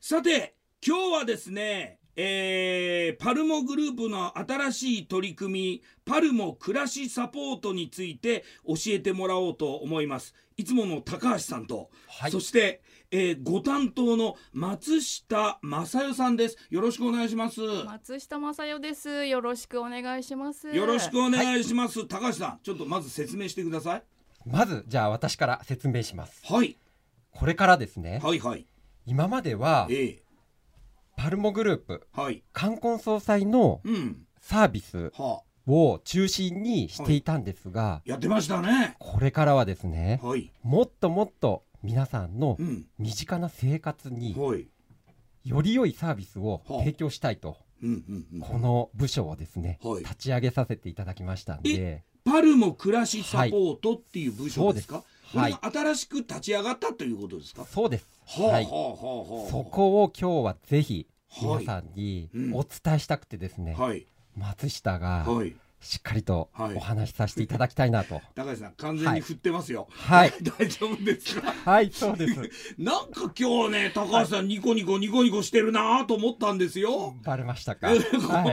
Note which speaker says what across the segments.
Speaker 1: さて、今日はですね、えーパルモグループの新しい取り組み、パルモ暮らしサポートについて教えてもらおうと思います。いつもの高橋さんと、
Speaker 2: はい
Speaker 1: そして、えーご担当の松下正代さんです。よろしくお願いします。よ
Speaker 3: 松下正代です。よろしくお願いします。
Speaker 1: ろしくお願いします。高橋さん、ちょっとまず説明してください。
Speaker 2: まずじゃあ私から説明します
Speaker 1: はい、
Speaker 2: これからですね
Speaker 1: はい、はい。
Speaker 2: 今までは
Speaker 1: え
Speaker 2: パルモグループ
Speaker 1: ーはい。
Speaker 2: 冠婚葬祭の
Speaker 1: うん。
Speaker 2: サービス
Speaker 1: はあ、
Speaker 2: を中心にしていたんですが、
Speaker 1: やってましたね。
Speaker 2: これからはですね
Speaker 1: はい。
Speaker 2: もっともっと皆さんの
Speaker 1: うん。
Speaker 2: 身近な生活に
Speaker 1: はい。
Speaker 2: より良いサービスを提供したいと
Speaker 1: うんうんうん。
Speaker 2: この部署をですね
Speaker 1: はい
Speaker 2: 立ち上げさせていただきましたんで
Speaker 1: パルモ暮らしサポートっていう部署ですか、
Speaker 2: はい
Speaker 1: こ
Speaker 2: そう
Speaker 1: れ
Speaker 2: です
Speaker 1: が新しく立ち上がったということですか、は
Speaker 2: そうです
Speaker 1: あはあ
Speaker 2: はい
Speaker 1: はあはあ
Speaker 2: そこを今日はぜひ
Speaker 1: はい
Speaker 2: 皆さんに
Speaker 1: うん
Speaker 2: お伝えしたくてですね
Speaker 1: はい
Speaker 2: 松下が
Speaker 1: はい
Speaker 2: しっかりと
Speaker 1: はい
Speaker 2: お話しさせていただきたいなと。
Speaker 1: 高橋さん完全に振ってますよ、
Speaker 2: はい
Speaker 1: 大丈夫ですか
Speaker 2: はい、そうです。
Speaker 1: なんか今日ね高橋さんニコニコニコニコしてるなぁと思ったんですよ、
Speaker 2: バレましたか。は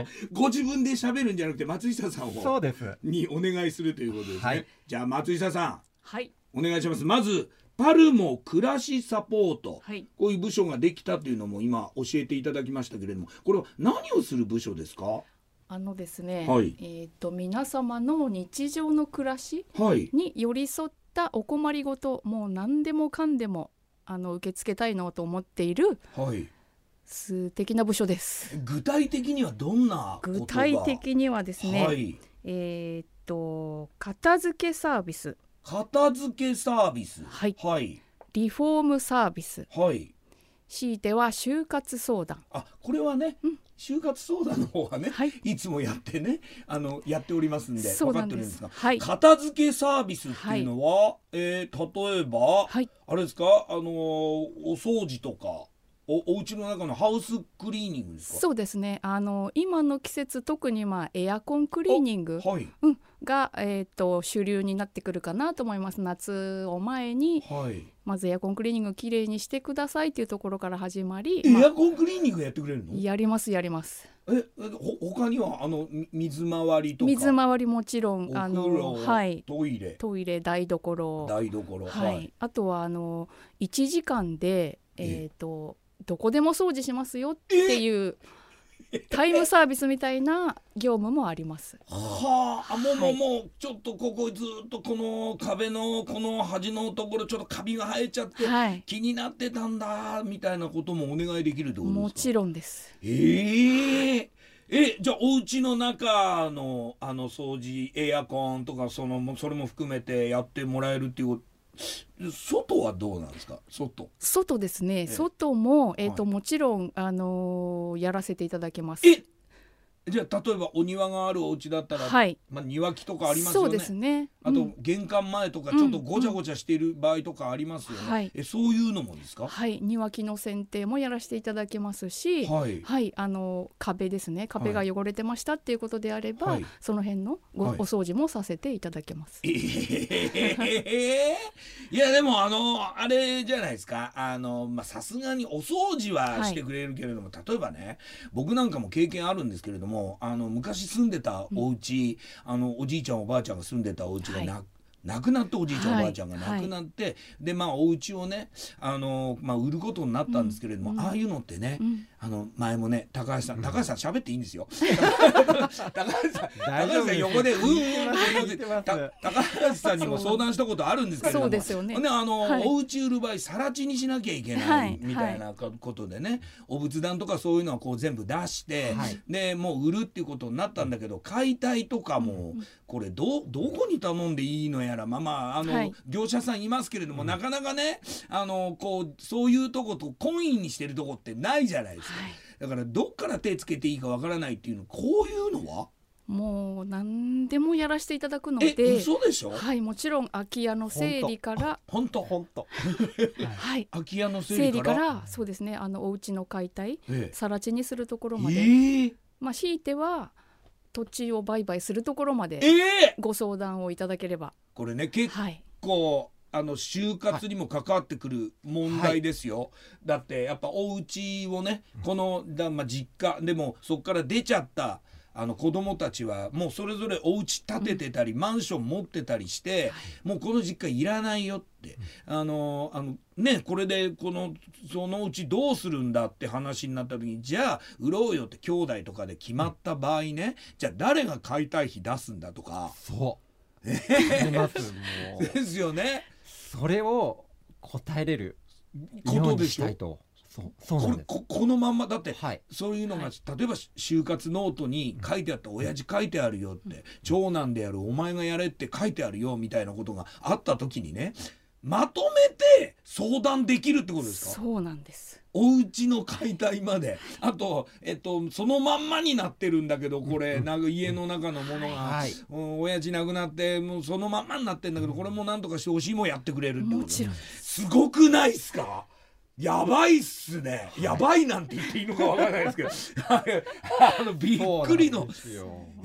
Speaker 2: い、
Speaker 1: ごご自分で喋るんじゃなくて松下さん
Speaker 2: そ
Speaker 1: を
Speaker 2: うです。
Speaker 1: にお願いするということですね、
Speaker 2: はい
Speaker 1: じゃあ松下さん
Speaker 3: はい。
Speaker 1: お願いしますまずパルモ暮らしサポート、
Speaker 3: はい
Speaker 1: こういう部署ができたというのも今教えていただきましたけれどもこれは何をする部署ですか
Speaker 3: あのですね。
Speaker 1: はい
Speaker 3: えっ、と皆様の日常の暮らし
Speaker 1: はい
Speaker 3: に寄り添ったお困りごと、もう何でもかんでもあの受け付けたいなと思っている
Speaker 1: はい
Speaker 3: 素敵な部署です。
Speaker 1: 具体的にはどんなことが
Speaker 3: 具体的にはですね、
Speaker 1: はい
Speaker 3: えっ、と片付けサービス、
Speaker 1: 片付けサービス
Speaker 3: はい
Speaker 1: はい
Speaker 3: リフォームサービス、
Speaker 1: はい
Speaker 3: 強いては就活相談。
Speaker 1: あこれはね、
Speaker 3: うん
Speaker 1: 就活相談の方はね、
Speaker 3: はい
Speaker 1: い、つもやってねあのやっておりますんで
Speaker 3: そうなん
Speaker 1: 分かってるん
Speaker 3: で
Speaker 1: です
Speaker 3: す。
Speaker 1: が、
Speaker 3: はい。
Speaker 1: 片付けサービスっていうのは、えー例えば、
Speaker 3: はい。
Speaker 1: あれですか、あのーお掃除とか、お、お家の中のハウスクリーニングですか。
Speaker 3: そうですねあの今の季節特にまあエアコンクリーニング
Speaker 1: はい、
Speaker 3: が、えー、と主流になってくるかなと思います夏を前に
Speaker 1: はい。
Speaker 3: まずエアコンクリーニングきれいにしてくださいっていうところから始まり、ま
Speaker 1: エア
Speaker 3: あ、
Speaker 1: コンクリーニングやってくれるの。え、
Speaker 3: やりますやります
Speaker 1: えほ、他には、あの、み水回りとか。
Speaker 3: 水回りもちろんあ
Speaker 1: お風呂
Speaker 3: の、はい、
Speaker 1: トイレ、
Speaker 3: トイレ台所
Speaker 1: 台所。
Speaker 3: はいあとはあの1時間で、えー、とどこでも掃除しますよっていうタイムサービスみたいな業務もあります。
Speaker 1: はあ、あもう、も
Speaker 3: は
Speaker 1: う、
Speaker 3: い
Speaker 1: もう、ちょっとここずっとこの壁の、この端のところ、ちょっとカビが生えちゃって。
Speaker 3: はい
Speaker 1: 気になってたんだみたいなこともお願いできるってことですか
Speaker 3: もちろんです。
Speaker 1: えええじゃあお家の中のあの掃除エアコンとかそのもそれも含めてやってもらえるっていうこと外はどうなんですか外
Speaker 3: 外ですね。
Speaker 1: え
Speaker 3: 外もえっ、と、
Speaker 1: は
Speaker 3: もちろんあのーやらせていただけます。
Speaker 1: えじゃあ例えばお庭があるお家だったら、
Speaker 3: はい。
Speaker 1: まあ、庭木とかありますよ
Speaker 3: そ
Speaker 1: ね
Speaker 3: うですね。
Speaker 1: あ
Speaker 3: う
Speaker 1: と
Speaker 3: ん
Speaker 1: 玄関前とか
Speaker 3: うん
Speaker 1: ちょっとごちゃごちゃしている場合とかありますよね、
Speaker 3: うんはい
Speaker 1: えそういうのもですか
Speaker 3: はい庭木の剪定もやらせていただけますし、はい、
Speaker 1: はい
Speaker 3: あのー壁ですね。壁が汚れてましたっていうことであれば、
Speaker 1: はい
Speaker 3: その辺のご、
Speaker 1: はい
Speaker 3: お掃除もさせていただけます。
Speaker 1: えーいやでもあのあれじゃないですかあのまあさすがにお掃除はしてくれるけれども、例えばね僕なんかも経験あるんですけれどもあの昔住んでたお家、あのおじいちゃんおばあちゃんが住んでたお家がな、
Speaker 3: は
Speaker 1: 亡くなっておじいちゃん、
Speaker 3: はい
Speaker 1: おばあちゃんが亡くなって、でまあお家をねあの、まあ、売ることになったんですけれども、
Speaker 3: うんうん
Speaker 1: ああいうのってね、
Speaker 3: うん
Speaker 1: あの前もね高橋さん高橋さん喋っていいんですよ高橋さん
Speaker 2: 大
Speaker 1: 高橋さ
Speaker 2: 丈夫で
Speaker 1: ん
Speaker 2: す
Speaker 1: 横でうんうんうんって
Speaker 2: 聞いてます
Speaker 1: た高橋さんにも相談したことあるんですけれども
Speaker 3: そうですよね
Speaker 1: あの、
Speaker 3: はい
Speaker 1: お家売る場合更地にしなきゃいけな
Speaker 3: はいい
Speaker 1: みたいなことでね、お仏壇とかそういうのはこう全部出して、
Speaker 2: はい
Speaker 1: でもう売るっていうことになったんだけど解体とかもこれどうどこに頼んでいいのやらまあまああの、
Speaker 3: はい
Speaker 1: 業者さんいますけれども、なかなかねあのこうそういうとこと懇意にしてるとこってないじゃないですか。
Speaker 3: はい。
Speaker 1: だからどっから手つけていいかわからないっていうのこういうのは
Speaker 3: もう何でもやらせていただくの
Speaker 1: え
Speaker 3: で、
Speaker 1: 嘘でしょ
Speaker 3: はいもちろん空き家の整理から、
Speaker 1: 本当
Speaker 2: 本当。
Speaker 3: はい。
Speaker 1: 空き家の整
Speaker 3: 整
Speaker 1: 理
Speaker 3: 理
Speaker 1: か
Speaker 3: かららそうですねあのお家の解体
Speaker 1: ええ
Speaker 3: 更地にするところま
Speaker 1: え
Speaker 3: で、
Speaker 1: ー
Speaker 3: まあ強いては土地を売買するところまで
Speaker 1: ええ
Speaker 3: ご相談をいただければ
Speaker 1: これね結
Speaker 3: はい
Speaker 1: 構あの就活にも関わってくる問題ですよ、だってやっぱお家をねこのだ、まあ、実家でもそこから出ちゃったあの子供たちはもうそれぞれお家建ててたり、マンション持ってたりして、もうこの実家いらないよって、あのあのねこれでこのそのうちどうするんだって話になった時にじゃあ売ろうよって兄弟とかで決まった場合ね、じゃあ誰が解体費出すんだとか
Speaker 2: そう。あります。もう。
Speaker 1: ですよね。
Speaker 2: それを答えれる
Speaker 1: こ
Speaker 2: よう
Speaker 1: と
Speaker 2: に
Speaker 1: で
Speaker 2: し
Speaker 1: しょ
Speaker 2: たいと。そう、そうな
Speaker 1: こ
Speaker 2: ん
Speaker 1: れ
Speaker 2: で
Speaker 1: ここのまんまだって
Speaker 2: す。はい。
Speaker 1: そういうのが、
Speaker 3: は
Speaker 1: 例えば就活ノートに書いてあった「親父書いてあるよ」って「長男でやるお前がやれ」って書いてあるよみたいなことがあった時にねまとめて相談できるってことですか
Speaker 3: そうなんです。
Speaker 1: お家の解体まであと、えっと、そのまんまになってるんだけどこれなんか家の中のものが
Speaker 2: はい。
Speaker 1: うん親父亡くなってもうそのまんまになってんだけどこれもなんとかしてほしいもんやってくれるってこと
Speaker 3: もちろん。
Speaker 1: すごくないっすかやばいっすね。やばいなんて言っていいのかわからないですけど、はいあのびっくりの。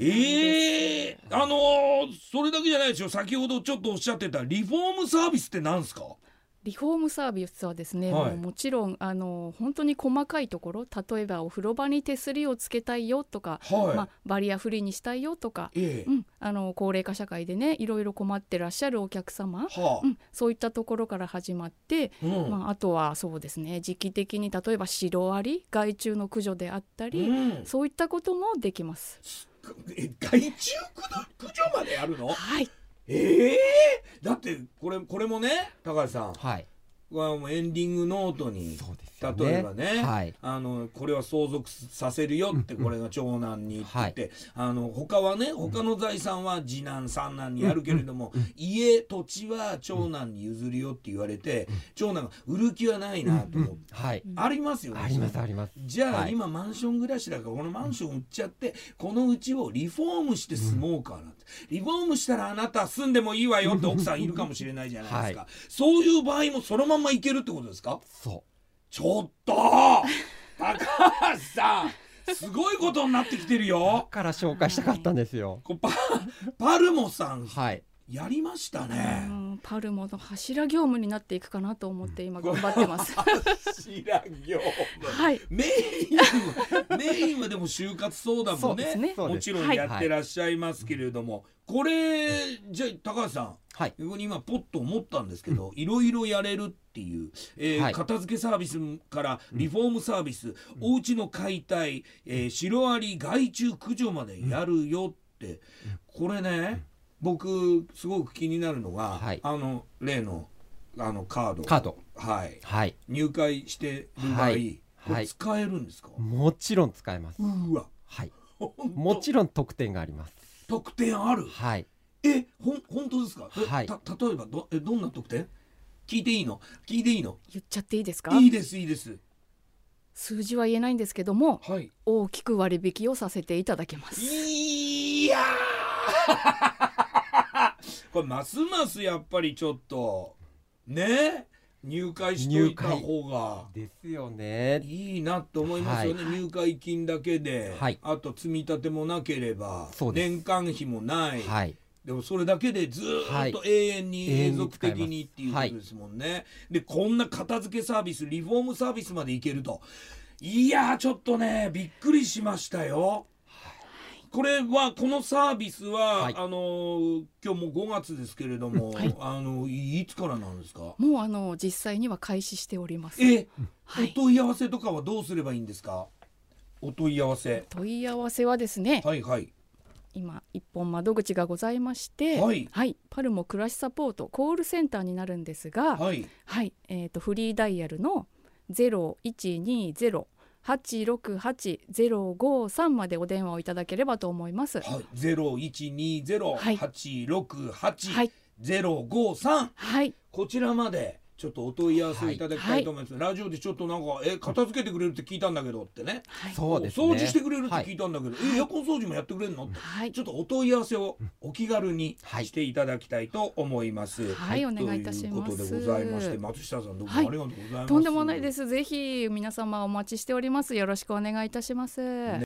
Speaker 1: ええあのーそれだけじゃないですよ。先ほどちょっとおっしゃってたリフォームサービスってなんですか。
Speaker 3: リフォームサービスはですね、
Speaker 1: はい
Speaker 3: もうもちろんあの本当に細かいところ例えばお風呂場に手すりをつけたいよとか、
Speaker 1: はい。
Speaker 3: まあ、バリアフリーにしたいよとか、
Speaker 1: ええ
Speaker 3: うん、あの高齢化社会でねいろいろ困ってらっしゃるお客様、
Speaker 1: は
Speaker 3: うん、そういったところから始まって、
Speaker 1: あ。うん。
Speaker 3: まあ、あとはそうですね時期的に例えばシロアリ害虫の駆除であった
Speaker 1: う
Speaker 3: り、
Speaker 1: ん。
Speaker 3: そういったこともできます。
Speaker 1: え害虫駆除までやるの。
Speaker 3: はい、
Speaker 1: ええだってこれこれもね高橋さん
Speaker 2: はい。
Speaker 1: はもうエンディングノートに。
Speaker 2: そうですよね。
Speaker 1: 例えばね、
Speaker 2: はい。
Speaker 1: あのこれは相続させるよって
Speaker 2: うん
Speaker 1: これが長男にって言って、あの他はね他の財産は次男三男にやるけれども、家土地は長男に譲るよって言われて、長男が売る気はないなと思って、
Speaker 2: はい。
Speaker 1: ありますよね。
Speaker 2: ありますあります。
Speaker 1: じゃあ、
Speaker 2: はい
Speaker 1: 今マンション暮らしだからこのマンション売っちゃってこのうちをリフォームして住もうかなって、リフォームしたらあなた住んでもいいわよって奥さんいるかもしれないじゃないですか、
Speaker 2: は
Speaker 1: そういう場合もそのまんまいけるってことですか
Speaker 2: そ
Speaker 1: ちょっと 高橋さんすごいことになってきてる
Speaker 2: う。だ
Speaker 1: よ
Speaker 2: から紹介したかったんですよ。
Speaker 1: こうパパルモさん
Speaker 2: はい。
Speaker 1: やりました
Speaker 3: う
Speaker 1: ね
Speaker 3: ん、パルモの柱業務になっていくかなと思って今頑張っ てます。
Speaker 1: 柱業
Speaker 3: はい
Speaker 1: メインはメインはでも就活相談も
Speaker 2: そうで
Speaker 1: ね
Speaker 2: すねそう
Speaker 1: も
Speaker 2: で
Speaker 1: ち
Speaker 2: す
Speaker 1: ろんやってらっしゃいますけれども、これじゃあ高橋さん
Speaker 2: はい。
Speaker 1: ここに今ポッと思ったんですけど、いろいろやれるっていう、えー
Speaker 2: はい
Speaker 1: 片付けサービスからリフォームサービス、お家の解体、えーシロアリ害虫駆除までやるよって、これね、僕すごく気になるのが、
Speaker 2: はい
Speaker 1: あの例のあのカード
Speaker 2: カード。
Speaker 1: はい、
Speaker 2: はい。
Speaker 1: 入会してる場合、
Speaker 2: はい
Speaker 1: こ
Speaker 2: は
Speaker 1: れ
Speaker 2: い
Speaker 1: 使えるんですか、
Speaker 2: もちろん使えます。
Speaker 1: うわ
Speaker 2: はい。
Speaker 1: ほんと
Speaker 2: もちろん特典があります。
Speaker 1: 特典ある
Speaker 2: はい。
Speaker 1: えほん本当ですか、え
Speaker 2: はい
Speaker 1: た例えばどえどんな特典聞いていいの聞いていいの
Speaker 3: 言っちゃっていいですか
Speaker 1: いいですいいです。
Speaker 3: 数字は言えないんですけども
Speaker 1: はい。
Speaker 3: 大きく割引をさせていただけます。
Speaker 1: いやー これますますやっぱりちょっとね入会しといた方が
Speaker 2: ですよね。
Speaker 1: いいなと思いますよね、入会金だけで、
Speaker 2: はい
Speaker 1: あと積み立てもなければ
Speaker 2: そうです
Speaker 1: 年間費もない、
Speaker 2: はい。
Speaker 1: でもそれだけでずーっと
Speaker 2: は
Speaker 1: 永遠に
Speaker 2: 永
Speaker 1: 永
Speaker 2: 遠に
Speaker 1: 続
Speaker 2: 使え
Speaker 1: 的
Speaker 2: ます
Speaker 1: にっていうことですもんね、でこんな片付けサービスリフォームサービスまでいけるといやーちょっとねびっくりしましたよこれはこのサービスは、
Speaker 2: はい
Speaker 1: あのー今日もう5月ですけれども、
Speaker 3: はい
Speaker 1: あのいいつからなんですか
Speaker 3: もうあの実際には開始しております。
Speaker 1: え、
Speaker 3: は
Speaker 1: お
Speaker 3: い。
Speaker 1: 問い合わせとかはどうすればいいんですかお問い合わせ
Speaker 3: 問い合わせはですね、
Speaker 1: はいはい
Speaker 3: 今一本窓口がございまして、
Speaker 1: はい
Speaker 3: パルモ暮らしサポートコールセンターになるんですが、はい、
Speaker 1: はい
Speaker 3: えっ、とフリーダイヤルのゼロ一二ゼロ八六八ゼロ五三までお電話をいただければと思います。は
Speaker 1: はいゼロ一二ゼロ八六八
Speaker 3: い、
Speaker 1: ゼロ五三
Speaker 3: はい、
Speaker 1: こちらまでちょっとお問い合わせをいただきたいと思います、ラジオでちょっとなんか「え片付けてくれるって聞いたんだけど」ってね
Speaker 3: はい、
Speaker 2: そうですね。
Speaker 1: お掃除してくれるって聞
Speaker 2: はい
Speaker 1: たんだけど、えエアコン掃除もやってくれるのって
Speaker 3: はい
Speaker 1: ちょっとお問い合わせをお気軽に
Speaker 2: はい
Speaker 1: していただきたいと思います。
Speaker 3: はいお願いいた
Speaker 1: と
Speaker 3: します
Speaker 1: いうことでございまして松下さんどうもありがとうございます。
Speaker 3: とんでもないです。ぜひ皆様お待ちしております。よろしくお願いいたします。